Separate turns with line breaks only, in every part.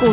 股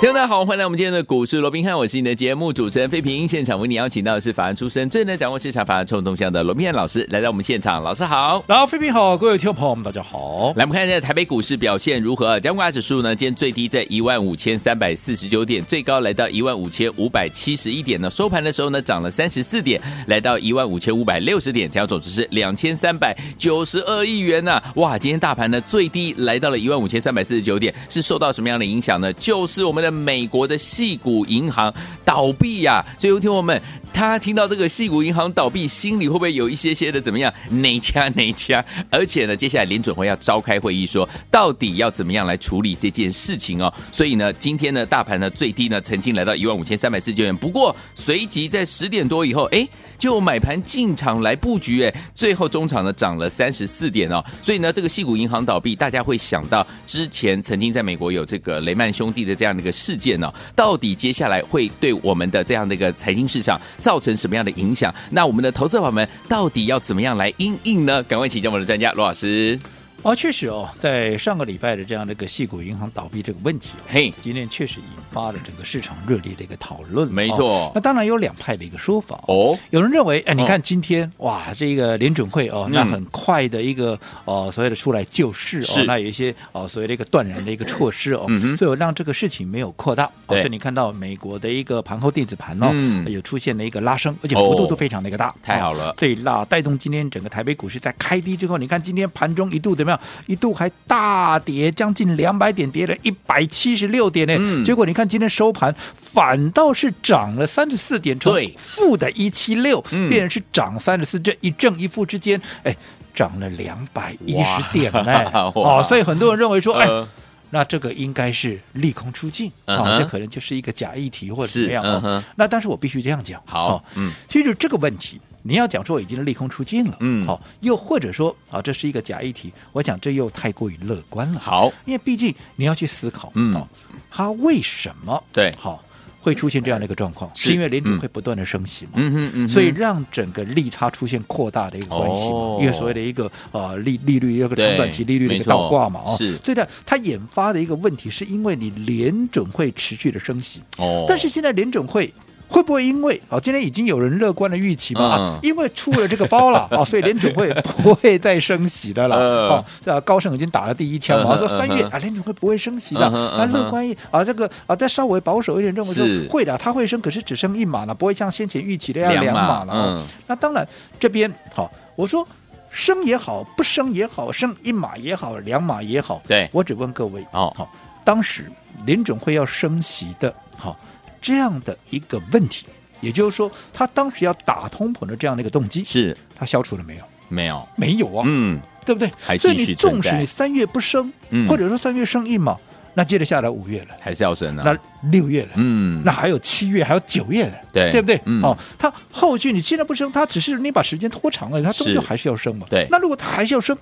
听众大家好，欢迎来我们今天的股市罗宾汉，我是你的节目主持人费平。现场为你邀请到的是法案出身、最能掌握市场法案冲动向的罗宾汉老师，来到我们现场。老师好，
然后，飞平好，各位听众朋友们，大家好。
来，我们看一下台北股市表现如何？加权指数呢，今天最低在一万五千三百四十九点，最高来到一万五千五百七十一点呢。收盘的时候呢，涨了三十四点，来到一万五千五百六十点，成交总值是两千三百九十二亿元呢、哇，今天大盘呢最低来到了一万五千三百四十九点，是受到什么样的影响呢？就是我们的美国的系股银行倒闭呀、所以，有听我们。他听到这个系股银行倒闭，心里会不会有一些些的怎么样？哪家哪家？而且呢，接下来联准会要召开会议说，到底要怎么样来处理这件事情哦。所以呢，今天呢，大盘呢最低呢曾经来到一万五千三百四十九元，不过随即在十点多以后，哎，就买盘进场来布局，哎，最后中场呢涨了三十四点哦。所以呢，这个系股银行倒闭，大家会想到之前曾经在美国有这个雷曼兄弟的这样的一个事件哦，到底接下来会对我们的这样的一个财经市场造成什么样的影响？那我们的投资者们到底要怎么样来应应呢？赶快请教我们的专家罗老师。
啊，确实哦，在上个礼拜的这样的一个系股银行倒闭这个问题、哦，
嘿，
今天确实引发了整个市场热烈的一个讨论、哦。
没错
那当然有两派的一个说法哦。
哦，
有人认为，哎，你看
嗯
今天、哇，这个联准会哦，
嗯
那很快的一个哦，所谓的出来救市
是
哦，那有一些哦，所谓的一个断然的一个措施哦，
嗯哼
所以让这个事情没有扩大、哦，
对
所以你看到美国的一个盘后电子盘哦，
嗯
有出现了一个拉升，而且幅度
哦
都非常的一个大，
太好
哦
了
这那带动今天整个台北股市在开低之后，你看今天盘中一度怎么样？一度还大跌将近两百点，跌了一百七十六点呢、
嗯
结果你看今天收盘反倒是涨了三十四点，从
对
负的一七六
嗯
变成是涨三十四，这一正一负之间，哎，涨了两百一
哇
十点呢、
哇
哦，所以很多人认为说，哎。
呃
那这个应该是利空出尽啊、
嗯哼
这可能就是一个假议题或者怎
是
么样
嗯
哦。
哼
那但是我必须这样讲，
好
哦
嗯，
其实这个问题。你要讲说已经利空出尽了，
嗯
好、又或者说啊，这是一个假议题，我讲这又太过于乐观了，
好，
因为毕竟你要去思考，
嗯
哦，它为什么
对
好、会出现这样的一个状况？
是
是因为联
嗯
储会不断的升息嘛？
嗯哼嗯哼
所以让整个利差出现扩大的一个关系嘛
哦，
因为所谓的一个呃利利率一个
对
长短期利率的一
没
个
错
倒挂嘛，哦，
是
所以呢，它引发的一个问题是因为你联准会持续的升息，
哦
但是现在联准会。会不会因为哦，今天已经有人乐观的预期嘛？
嗯
啊因为出了这个 包了哦，所以联准会不会再升息的了
呃
哦。啊，高盛已经打了第一枪嘛，
嗯哼
说三月
嗯哼
啊联准会不会升息的。
嗯哼
那
嗯哼
乐观一啊，这个啊再稍微保守一点认为说
是
会的，它会升，可是只升一码了，不会像先前预期的要
两
两
码
码了。哦
嗯
那当然这边好，我说升也好，不升也好，升一码也好，两码也好，
对
我只问各位
哦
好，当时联准会要升息的，好这样的一个问题，也就是说，他当时要打通膨的这样的一个动机，
是
他消除了没有？
没有，
没有啊，
嗯，
对不对
还？
所
继
以
续
你
存
纵使
在
你三月不升，
嗯
或者说三月升一嘛，那接着下来五月了，
还是要升啊，
那六月了，
嗯，
那还有七月，还有九月的，
对
对不对？
嗯
哦，它后续你现在不升，它只是你把时间拖长了，它终
是
究还是要升嘛。
对
那如果它还是要升，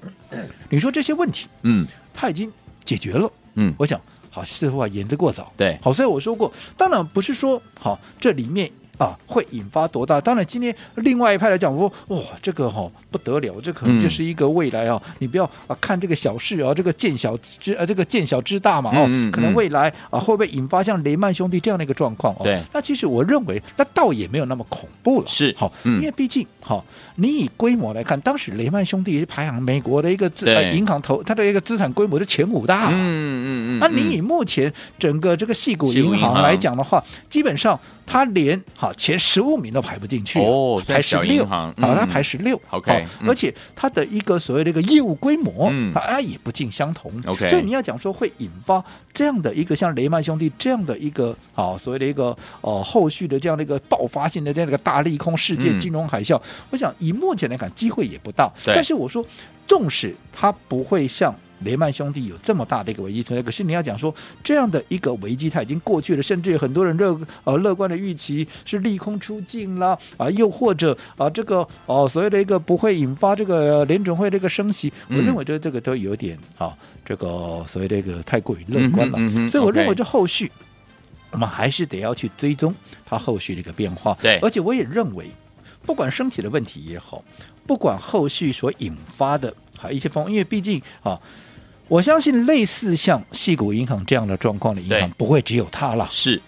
你说这些问题
嗯
它已经解决了，
嗯，
我想好似乎啊言之过早。
对
好，所以我说过，当然不是说好这里面。啊，会引发多大？当然，今天另外一派来讲，我说哇，这个哈、不得了，这
嗯
可能就是一个未来啊！你不要啊看这个小事啊，这个见小之呃、这个见小知大嘛哦，
嗯嗯
可能
嗯
未来啊会不会引发像雷曼兄弟这样的一个状况哦？
对
那其实我认为那倒也没有那么恐怖了，
是
好，
嗯
因为毕竟好、你以规模来看，当时雷曼兄弟是排行美国的一个资、
对
呃、银行投它的一个资产规模是前五大，
嗯嗯嗯，
啊那你以目前整个这个系股
矽谷
银
银行
行来讲的话，基本上它连哈前十五名都排不进去
哦
排
算
十
小
六
银行
啊，它
嗯
排十六
OK，
好
嗯
而且它的一个所谓的一个业务规模
嗯，
它也不尽相同
OK
所以你要讲说会引发这样的一个像雷曼兄弟这样的一个啊所谓的一个呃后续的这样的一个爆发性的这样的一个大利空世界
嗯
金融海啸，我想以目前来看机会也不大，
对
但是我说纵使它不会像雷曼兄弟有这么大的一个危机存在。可是你要讲说这样的一个危机它已经过去了，甚至有很多人乐呃乐观的预期是利空出尽啦啊，又或者啊这个哦、所谓的一个不会引发这个呃联准会这个升息，我
嗯
认为这这个都有点啊这个所谓的一个太过于乐观了。
嗯哼嗯哼
所以我
OK
认为这后续。我们还是得要去追踪它后续的一个变化。
对
而且我也认为，不管身体的问题也好，不管后续所引发的啊一些风，因为毕竟啊。我相信类似像细谷银行这样的状况的银行
对
不会只有它了，
是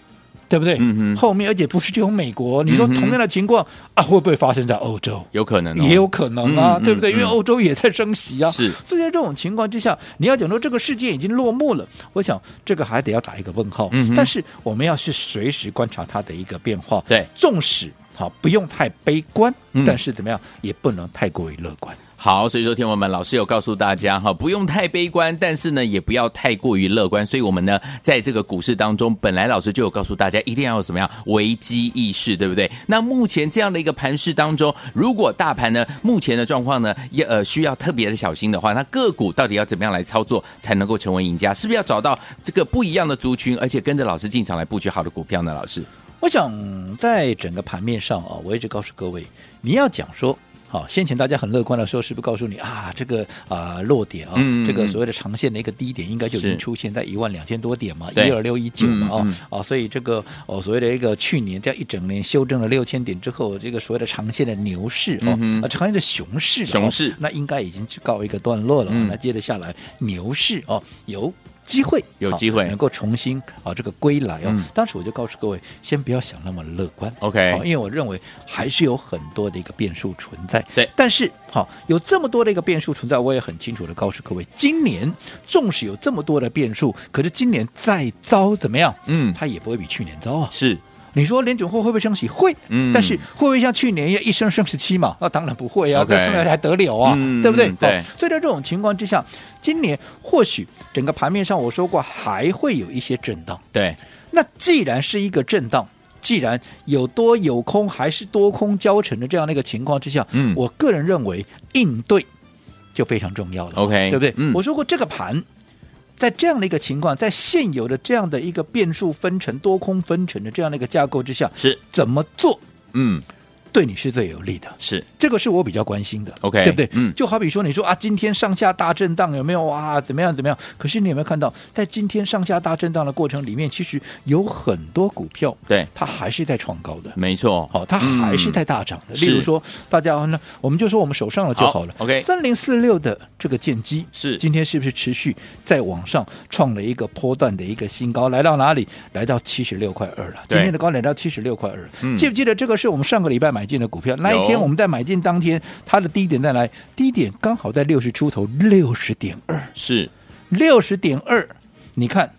对不对？
嗯哼
后面而且不是只有美国，你说
嗯哼
同样的情况、啊，会不会发生在欧洲？
有可能、哦，
也有可能啊，
嗯嗯
对不对？
嗯
因为欧洲也在升息啊，
是
所以在这种情况之下，你要讲说这个事件已经落幕了，我想这个还得要打一个问号。
嗯哼
但是我们要去随时观察它的一个变化。
对，
纵使好不用太悲观，
嗯
但是怎么样也不能太过于乐观。
好，所以说，听我们老师有告诉大家哈，不用太悲观，但是呢，也不要太过于乐观。所以，我们呢，在这个股市当中，本来老师就有告诉大家，一定要有怎么样危机意识，对不对？那目前这样的一个盘势当中，如果大盘呢，目前的状况呢，也呃需要特别的小心的话，那个股到底要怎么样来操作才能够成为赢家？是不是要找到这个不一样的族群，而且跟着老师进场来布局好的股票呢？老师，
我想在整个盘面上啊，我一直告诉各位，你要讲说。好，先前大家很乐观的时候，是不是告诉你啊，这个啊、落点啊，
嗯嗯
这个
嗯
所谓的长线的一个低点，应该就已
是
经出现在一万两千多点嘛，一
对
二六一九嘛，啊、
嗯
啊，所以这个哦，所谓的一个去年这样一整年修正了六千点之后，这个所谓的长线的牛市哦，
嗯哼
啊，长线的熊市、哦，
熊市
那应该已经告一个段落了、哦
嗯
那接着下来牛市哦，有机会，
有
好
机会
能够重新啊这个归来哦。
嗯
当时我就告诉各位，先不要想那么乐观哦
OK
好因为我认为还是有很多的一个变数存在。
对
但是好、有这么多的一个变数存在，我也很清楚的告诉各位，今年纵使有这么多的变数，可是今年再糟怎么样？
嗯
它也不会比去年糟啊。
是
你说联准会会不会升息？会，
嗯
但是会不会像去年一样一升升十七嘛？那、当然不会啊，
OK
这升了还得了啊，
嗯
对不对？
对
好所以在这种情况之下，今年或许整个盘面上我说过还会有一些震荡。
对，
那既然是一个震荡，既然有多有空，还是多空交成的这样的一个情况之下，
嗯
我个人认为应对就非常重要了。
OK，
对不对？
嗯
我说过这个盘。在这样的一个情况，在现有的这样的一个变数分成、多空分成的这样的一个架构之下，
是，
怎么做
嗯，
对你是最有利的？
是
这个是我比较关心的
OK，
对不对？
嗯
就好比说你说啊，今天上下大震荡有没有哇？怎么样怎么样？可是你有没有看到，在今天上下大震荡的过程里面，其实有很多股票
对，
它还是在创高的。
没错，
好、它哦还是
嗯
在大涨的。
是
例如说，大家那我们就说我们手上了就好了。
好，OK
三零四六的这个剑机
是
今天是不是持续在往上创了一个波段的一个新高，来到哪里？来到七十六块二了。
对
今天的高点到七十六块二、
嗯
记不记得这个是我们上个礼拜买进的股票？那一天我们在买进当天，它的低点在哪里？低点刚好在六十出头，六十点二。
是
六十点二，你看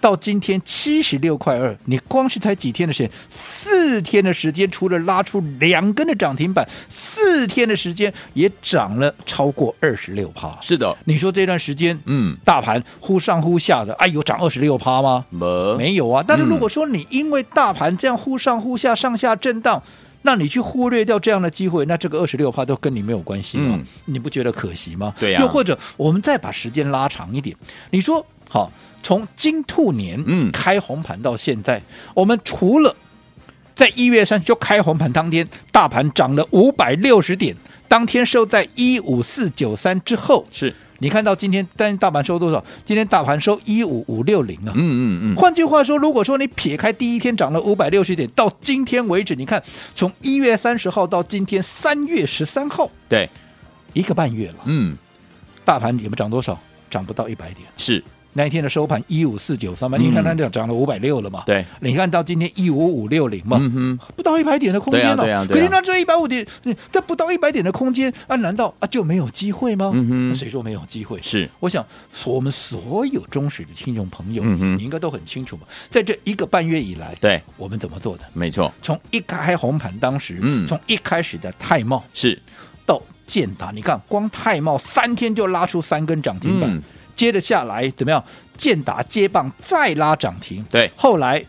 到今天七十六块二，你光是才几天的时间，四天的时间，除了拉出两根的涨停板，四天的时间也涨了超过二十六趴。
是的，
你说这段时间，
嗯，
大盘忽上忽下的，哎呦，涨二十六趴吗？
没
没有啊。但是
嗯
如果说你因为大盘这样忽上忽下、上下震荡，那你去忽略掉这样的机会，那这个二十六趴都跟你没有关系了，
嗯
你不觉得可惜吗？
对呀
又或者我们再把时间拉长一点，你说好，从金兔年
嗯
开红盘到现在，我们除了在一月三就开红盘当天，大盘涨了五百六十点，当天收在一五四九三之后，
是，
你看到今天，但大盘收多少？今天大盘收一五五六零啊，
嗯嗯嗯，
换句话说，如果说你撇开第一天涨了五百六十点，到今天为止，你看从一月三十号到今天三月十三号，
对，
一个半月了，
嗯
大盘有没有涨多少？涨不到一百点。
是，
那一天的收盘一五四九三嘛，
嗯
你看它就涨了五百六了嘛，
对，
你看到今天一五五六零嘛，
嗯哼，
不到一百点的空间了、
对啊对啊对啊
可是那这一百五点，嗯这不到一百点的空间啊，难道啊就没有机会吗？
嗯哼
那谁说没有机会？
是，
我想所我们所有忠实的听众朋友，
嗯哼
你应该都很清楚嘛，在这一个半月以来，
对，
我们怎么做的？
没错，
从一开红盘当时，
嗯
从一开始的泰茂
是，
到建达，你看光泰茂三天就拉出三根涨停板，
嗯
接着下来怎么样？建达接棒再拉涨停，
对
后来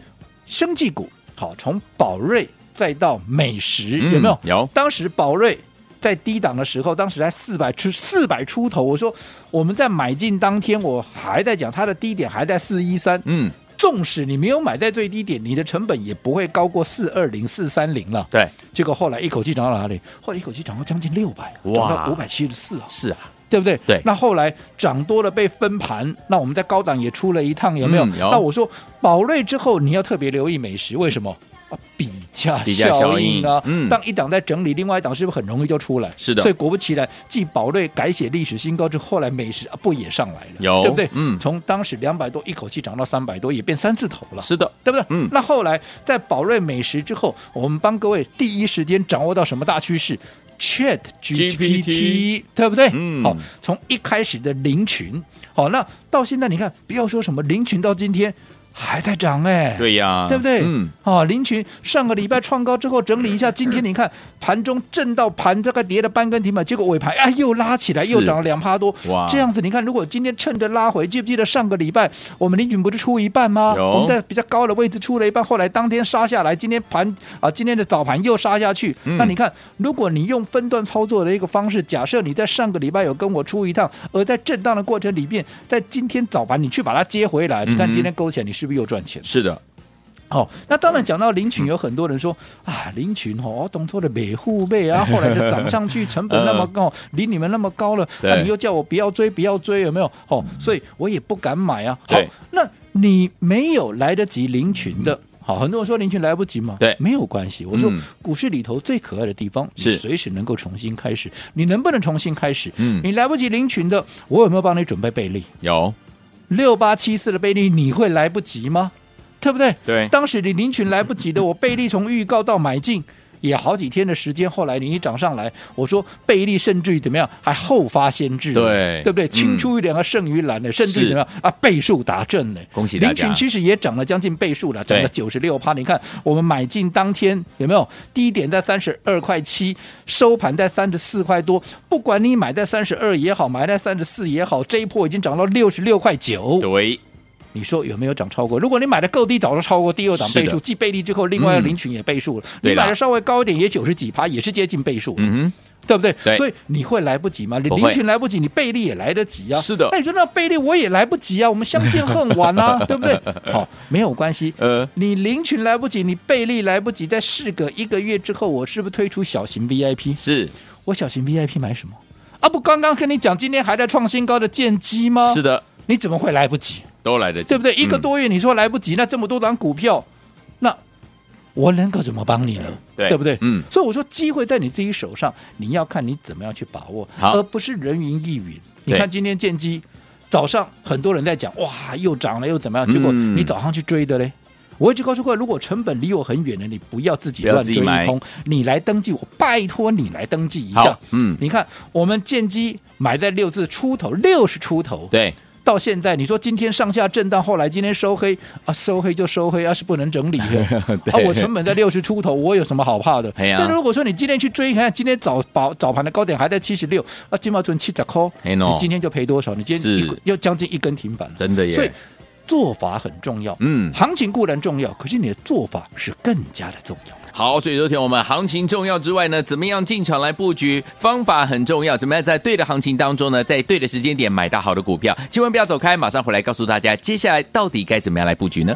生技股好，从宝瑞再到美食，
嗯
有没有？
有
当时宝瑞在低档的时候，当时才四百出四百出头，我说我们在买进当天，我还在讲它的低点还在四一三，
嗯，
纵使你没有买在最低点，你的成本也不会高过四二零、四三零了。
对，
结果后来一口气涨到哪里？后来一口气涨到将近六百，涨
哇
到五百七十四啊，
是啊，
对不对？
对
那后来涨多了被分盘，那我们在高档也出了一趟，有没有？
嗯有
那我说宝瑞之后你要特别留意美食，为什么？啊，比价
比价效
效
应
应啊，
嗯
当一档在整理，另外一档是不是很容易就出来？
是的
所以果不其然，继宝瑞改写历史新高之后，后来美食、啊、不也上来了？
有
对不对？
嗯
从当时两百多一口气涨到三百多，也变三字头了。
是的，
对不对？
嗯
那后来在宝瑞美食之后，我们帮各位第一时间掌握到什么大趋势？Chat
GPT
GPT，对不对？
嗯
好，从一开始的零群，好，那到现在你看，不要说什么零群，到今天还在涨哎、
对呀，
对不对？
嗯，
啊，林群上个礼拜创高之后整理一下，今天你看盘中震到盘这个跌了半根停板，结果尾盘哎又拉起来，
是
又涨了两趴多。
哇
这样子你看，如果今天趁着拉回，记不记得上个礼拜我们林群不是出一半吗？
有
我们在比较高的位置出了一半，后来当天杀下来，今天盘啊今天的早盘又杀下去。
嗯
那你看，如果你用分段操作的一个方式，假设你在上个礼拜有跟我出一趟，而在震荡的过程里面，在今天早盘你去把它接回来，你
嗯
看
哼
今天勾起来，你是不是又赚钱？
是的，
哦，那当然讲到林群，有很多人说、
嗯
啊，林群哦，东错的美护 贝啊，后来就涨上去，成本那么高，离你们那么高了，
嗯对嗯
那、你又叫我不要追，不要追，有没有？哦，所以我也不敢买啊。好
对，嗯
那你没有来得及林群的。好，很多人说林群来不及嘛，
对
没有关系。我说
嗯
股市里头最可爱的地方，你
是
随时能够重新开始。你能不能重新开始？
嗯
你来不及林群的，我有没有帮你准备倍利？
有，
六八七四的倍利，你会来不及吗？对不对？
对
当时你林群来不及的，我贝利从预告到买进。也好几天的时间，后来你一涨上来，我说贝利甚至于怎么样，还后发先至，
对
对不对？
嗯
青出于蓝而胜于蓝的，甚至于
是
怎么样啊？倍数达阵呢？
恭喜大
林
家
群其实也涨了将近倍数了，涨了九十六趴。你看我们买进当天有没有低点在三十二块七，收盘在三十四块多。不管你买在三十二也好，买在三十四也好，这一波已经涨到六十六块九。
对，
你说有没有涨超过？如果你买的够低，早就超过第二档
是的
倍数，继倍利之后，另外
嗯
林群也倍数了。
对
你
啦
买的稍微高一点，也九十几趴，也是接近倍数了，
嗯
对不对？
对
所以你会来不及吗？你
不会
林群来不及，你倍利也来得及啊。
是的
那你说那倍利我也来不及啊，我们相见恨 晚啊，对不对？好，没有关系。
呃
你林群来不及，你倍利来不及，在事隔一个月之后，我是不是推出小型 VIP？
哼，是
我小型 VIP 买什么？啊，不，刚刚跟你讲，今天还在创新高的剑机吗？
是
的，
的，
你怎么会来不及？
都来得及，
哦对不对？一个
嗯
多月你说来不及，那这么多档股票，那我能够怎么帮你呢？
对
不对？
嗯
所以我说机会在你自己手上，你要看你怎么样去把握，
好
而不是人云亦云。你
对
看今天建机早上很多人在讲，哇，又涨了又怎么样？结果
嗯
你早上去追的嘞。我一直告诉过，如果成本离我很远的，你不要自己
不要
乱
自
追
己买
一通，嗯你来登记，我拜托你来登记一下
好。嗯
你看我们建机买在六字出头，六十出头，
对，
到现在，你说今天上下震荡，后来今天收黑啊，收黑就收黑啊，是不能整理的
对
啊。我成本在六十出头，我有什么好怕的？
哎呀
但如果说你今天去追，看今天早早早盘的高点还在七十六，啊，金毛准七十块，
哎喏
你今天就赔多少？你今天
是
一要将近一根停板了。
真的
所以
耶，
做法很重要，
嗯
行情固然重要，可是你的做法是更加的重要。
好，所以昨天我们行情重要之外呢，怎么样进场来布局方法很重要，怎么样在对的行情当中呢，在对的时间点买到好的股票，千万不要走开，马上回来告诉大家，接下来到底该怎么样来布局呢？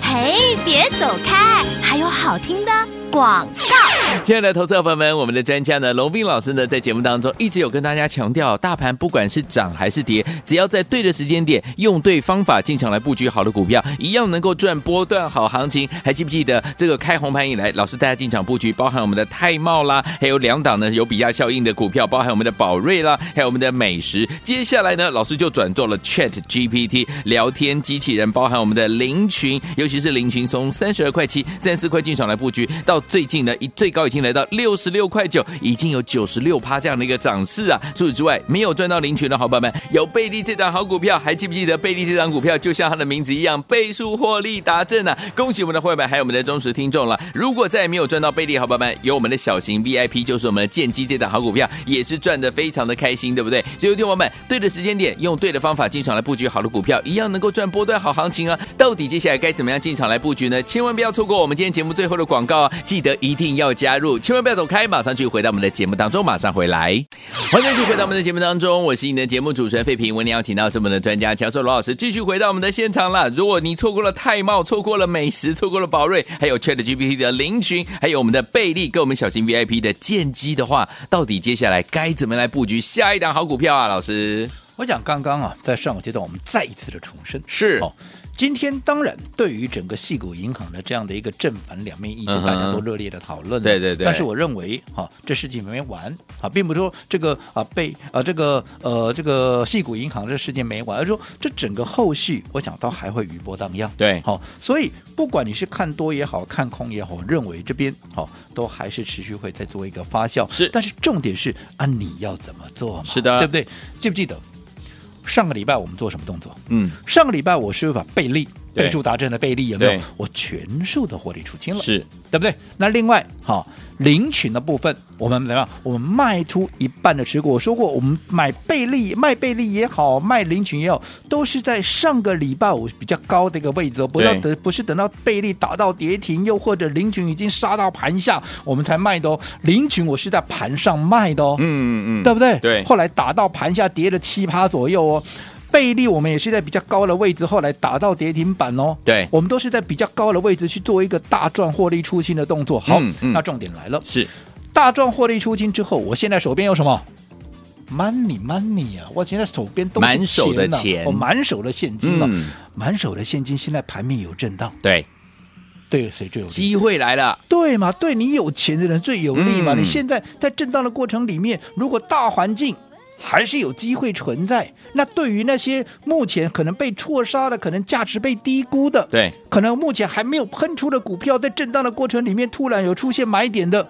嘿，别走开，还有好听的广告。
亲爱的投资者朋友们，我们的专家呢，龙斌老师呢，在节目当中一直有跟大家强调，大盘不管是涨还是跌，只要在对的时间点，用对方法进场来布局好的股票，一样能够赚波段好行情。还记不记得这个开红盘以来，老师带大家进场布局，包含我们的泰茂啦，还有两档呢有比价效应的股票，包含我们的宝瑞啦，还有我们的美食。接下来呢，老师就转做了 Chat GPT 聊天机器人，包含我们的林群，尤其是林群从三十二块七、三十四块进场来布局，到最近呢，一最高已经。经来到六十六块九，已经有九十六趴这样的一个涨势啊。除此之外，没有赚到零群的好朋友们，有贝利这档好股票，还记不记得贝利这档股票？就像它的名字一样，倍数获利达阵啊！恭喜我们的会员，还有我们的忠实听众了。如果再也没有赚到贝利，好朋友们，有我们的小型 VIP，就是我们的建机这档好股票，也是赚的非常的开心，对不对？所以，听友们，对的时间点，用对的方法进场来布局好的股票，一样能够赚波段好行情啊！到底接下来该怎么样进场来布局呢？千万不要错过我们今天节目最后的广告啊！记得一定要加入，千万不要走开，马上去回到我们的节目当中，马上回来。欢迎继续回到我们的节目当中，我是你的节目主持人费平。为您邀请到是我们的专家乔授罗老师，继续回到我们的现场了。如果你错过了泰茂，错过了美食，错过了宝瑞，还有 Chat GPT 的林群，还有我们的贝利跟我们小型 VIP 的建机的话，到底接下来该怎么来布局下一档好股票啊？老师
我想刚刚啊，在上个阶段我们再一次的重申，
是
哦，今天当然对于整个细股银行的这样的一个正反两面意见
嗯，哼
大家都热烈的讨论了、
对对对
但是我认为，哈、这事情没完啊，并不是说这个啊被啊这个呃这个细股银行这事情没完，而是说这整个后续，我想到还会余波荡漾。
对
好、所以不管你是看多也好看空也好，我认为这边好、都还是持续会再做一个发酵。
是
但是重点是啊，你要怎么做嘛？
是的
对不对？记不记得上个礼拜我们做什么动作？
嗯，
上个礼拜我是把贝利
对
倍数达阵的贝利有没有
对？
我全数的获利出清了，
是
对不对？那另外好，领取的部分，我们怎么样？我们卖出一半的持股。我说过，我们买贝利、卖贝利也好，卖领取也好，都是在上个礼拜五比较高的一个位置哦，不要
对
等不是等到贝利打到跌停，又或者领取已经杀到盘下，我们才卖的哦。领取我是在盘上卖 的哦，
嗯嗯
对不对？
对
后来打到盘下跌了七趴左右哦。贝利我们也是在比较高的位置，后来打到跌停板哦。
对
我们都是在比较高的位置去做一个大赚获利出清的动作。好，
嗯嗯
那重点来了，
是
大赚获利出清之后，我现在手边有什么？money money 啊！我现在手边都是
满手的
呐
钱
我、满手的现金了、
嗯
满手的现金现在盘面有震荡，
对，
对谁最有利？
机会来了，
对嘛？对你有钱的人最有利嘛。
嗯
你现在在震荡的过程里面，如果大环境。还是有机会存在。那对于那些目前可能被错杀的、可能价值被低估的，
对，
可能目前还没有喷出的股票，在震荡的过程里面突然有出现买点的，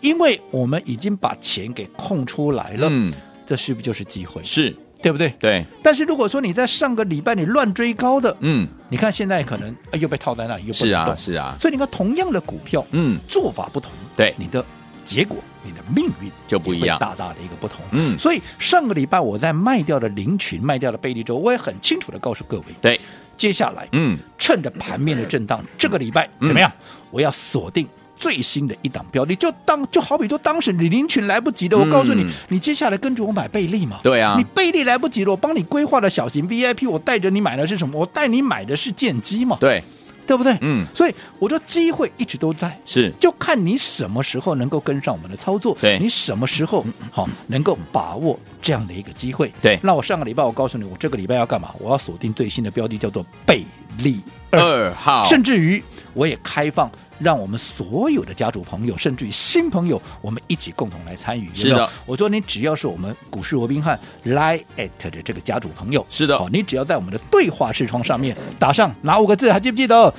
因为我们已经把钱给空出来了，
嗯，
这是不是就是机会？
是
对不对？
对，
但是如果说你在上个礼拜你乱追高的，
嗯，
你看现在可能、哎又被套在那里，又不
是
能
啊
动。
是啊，
所以你看，同样的股票，
嗯，
做法不同，
对
你的结果、你的命运
就不一样
也会大大的一个不同。
嗯
所以上个礼拜我在卖掉了林群、卖掉了贝利之后，我也很清楚的告诉各位，
对，
接下来，
嗯，
趁着盘面的震荡，这个礼拜怎么样？我要锁定。最新的一档标的，就当就好比说当时你林群来不及的，我告诉你，
嗯
你接下来跟着我买贝利嘛。
对啊
你贝利来不及了，我帮你规划了小型 VIP，我带着你买的是什么？我带你买的是剑机嘛，
对，
对不对？
嗯
所以我说机会一直都在，
是
就看你什么时候能够跟上我们的操作，
对嗯
你什么时候好、能够把握这样的一个机会。
对
那我上个礼拜我告诉你，我这个礼拜要干嘛？我要锁定最新的标的，叫做贝利二，
二号，
甚至于我也开放。让我们所有的家族朋友，甚至于新朋友，我们一起共同来参与。有
是
没有
的，
我说你只要是我们股市罗宾汉 Line at 的这个家族朋友，
是的
好，你只要在我们的对话视窗上面打上哪五个字，还记不记得？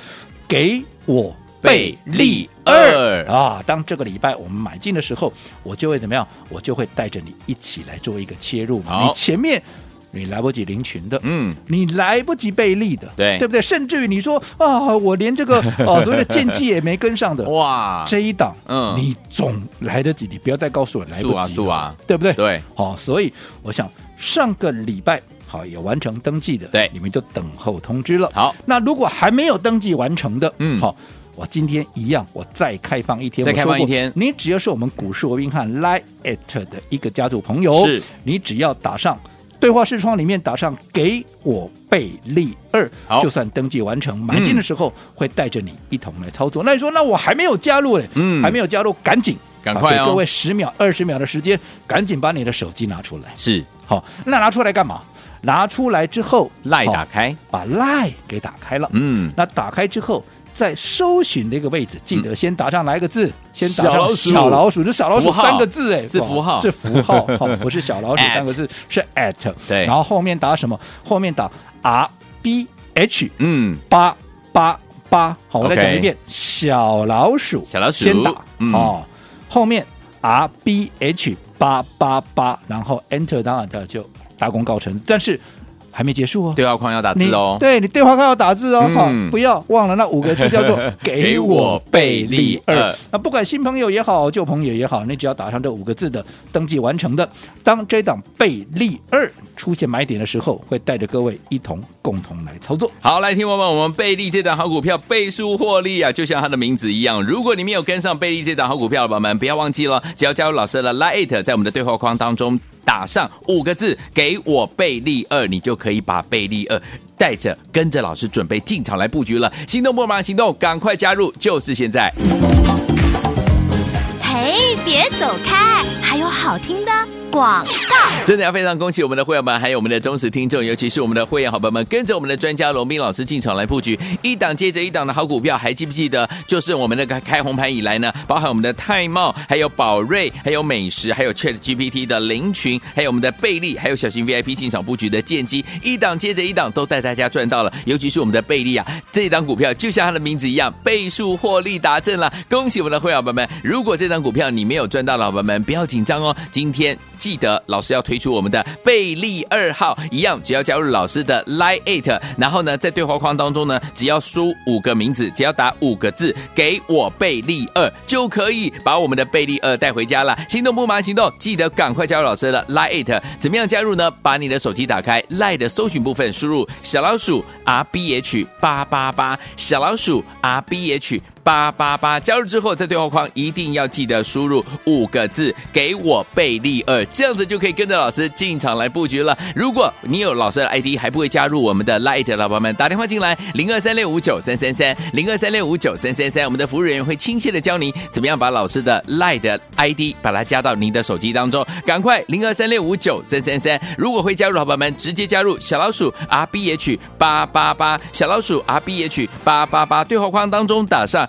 给我
贝利二
啊！当这个礼拜我们买进的时候，我就会怎么样？我就会带着你一起来做一个切入嘛。
好
你前面你来不及领群的，
嗯，
你来不及贝利的，
对
对不对？甚至于你说啊，我 连这个哦所谓的剑技也没跟上的，
哇，
这一档，
嗯
你总来得及，你不要再告诉我来不及了，
速啊速啊
对不对？
对，
好、所以我想上个礼拜好有完成登记的，
对
你们就等候通知了。
好，
那如果还没有登记完成的，
嗯
好。我今天一样，我再开放一天，
再
我说
开放一
过
天
你只要是我们股市罗宾汉 Line at 的一个家族朋友，
是
你只要打上对话视窗里面打上“给我贝利二
好”，
就算登记完成，买进的时候会带着你一同来操作。那你说，那我还没有加入嘞，哎
嗯
还没有加入，赶紧
赶快
啊
哦
给各位十秒、二十秒的时间，赶紧把你的手机拿出来。
是
好，那拿出来干嘛？拿出来之后，
赖打
好
开，
把赖给打开了。
嗯，
那打开之后，在搜寻的一个位置，记得先打上来个字，先打
嗯小老
上
鼠
小老鼠，这小老
符
鼠
号
三个字哎，
是符号
是符号， 哦不是小老鼠
At
三个字，是 at，
对
然后后面打什么？后面打 R B H
嗯，
八八八，好，我再
OK
讲一遍，小老鼠，
小老鼠
先打
嗯
哦。后面 R B H 八八八，然后 Enter，当然它就大功告成。但是还没结束哦，
对话框要打
你
字哦。
对你对话框要打字哦，哈、
嗯
不要忘了那五个字叫做
给我贝利二。
那不管新朋友也好，旧朋友也好，你只要打上这五个字的登记完成的，当这档贝利二出现买点的时候，会带着各位一同共同来操作。
好，来，听众朋友们，我们贝利这档好股票倍数获利啊，就像它的名字一样。如果你没有跟上贝利这档好股票的宝宝们，不要忘记了，只要加入老师的 Lite，在我们的对话框当中打上五个字“给我贝利二”，你就可以把贝利二带着跟着老师准备进场来布局了。心动不马上行动，赶快加入，就是现在。
嘿，别走开，还有好听的广。
真的要非常恭喜我们的会员们，还有我们的忠实听众，尤其是我们的会员好朋友们，跟着我们的专家龙斌老师进场来布局，一档接着一档的好股票，还记不记得？就是我们那个开红盘以来呢，包含我们的泰茂，还有宝瑞，还有美食，还有 Chat GPT 的林群，还有我们的贝利，还有小型 VIP 进场布局的建机，一档接着一档都带大家赚到了。尤其是我们的贝利啊，这档股票就像它的名字一样，倍数获利达阵了。恭喜我们的会员好朋友们！如果这档股票你没有赚到的好朋友们，不要紧张哦，今天记得老师要推出我们的贝利二号，一样只要加入老师的 Line It，然后呢，在对话框当中呢，只要输五个名字，只要打五个字“给我贝利二”，就可以把我们的贝利二带回家了。心动不马上行动，记得赶快加入老师的 Line It。怎么样加入呢？把你的手机打开，Line 的搜寻部分输入小老鼠 R B H 八八八，小老鼠 R B H。八八八加入之后，在对话框一定要记得输入五个字“给我贝利二”，这样子就可以跟着老师进场来布局了。如果你有老师的 ID 还不会加入我们的 Light 的老板们，打电话进来零二三六五九三三三零二三六五九三三三，我们的服务人员会亲切的教你怎么样把老师的 Light 的 ID 把它加到您的手机当中，赶快零二三六五九三三三。如果会加入的老板们，直接加入小老鼠 R B H 八八八，小老鼠 R B H 八八八，对话框当中打上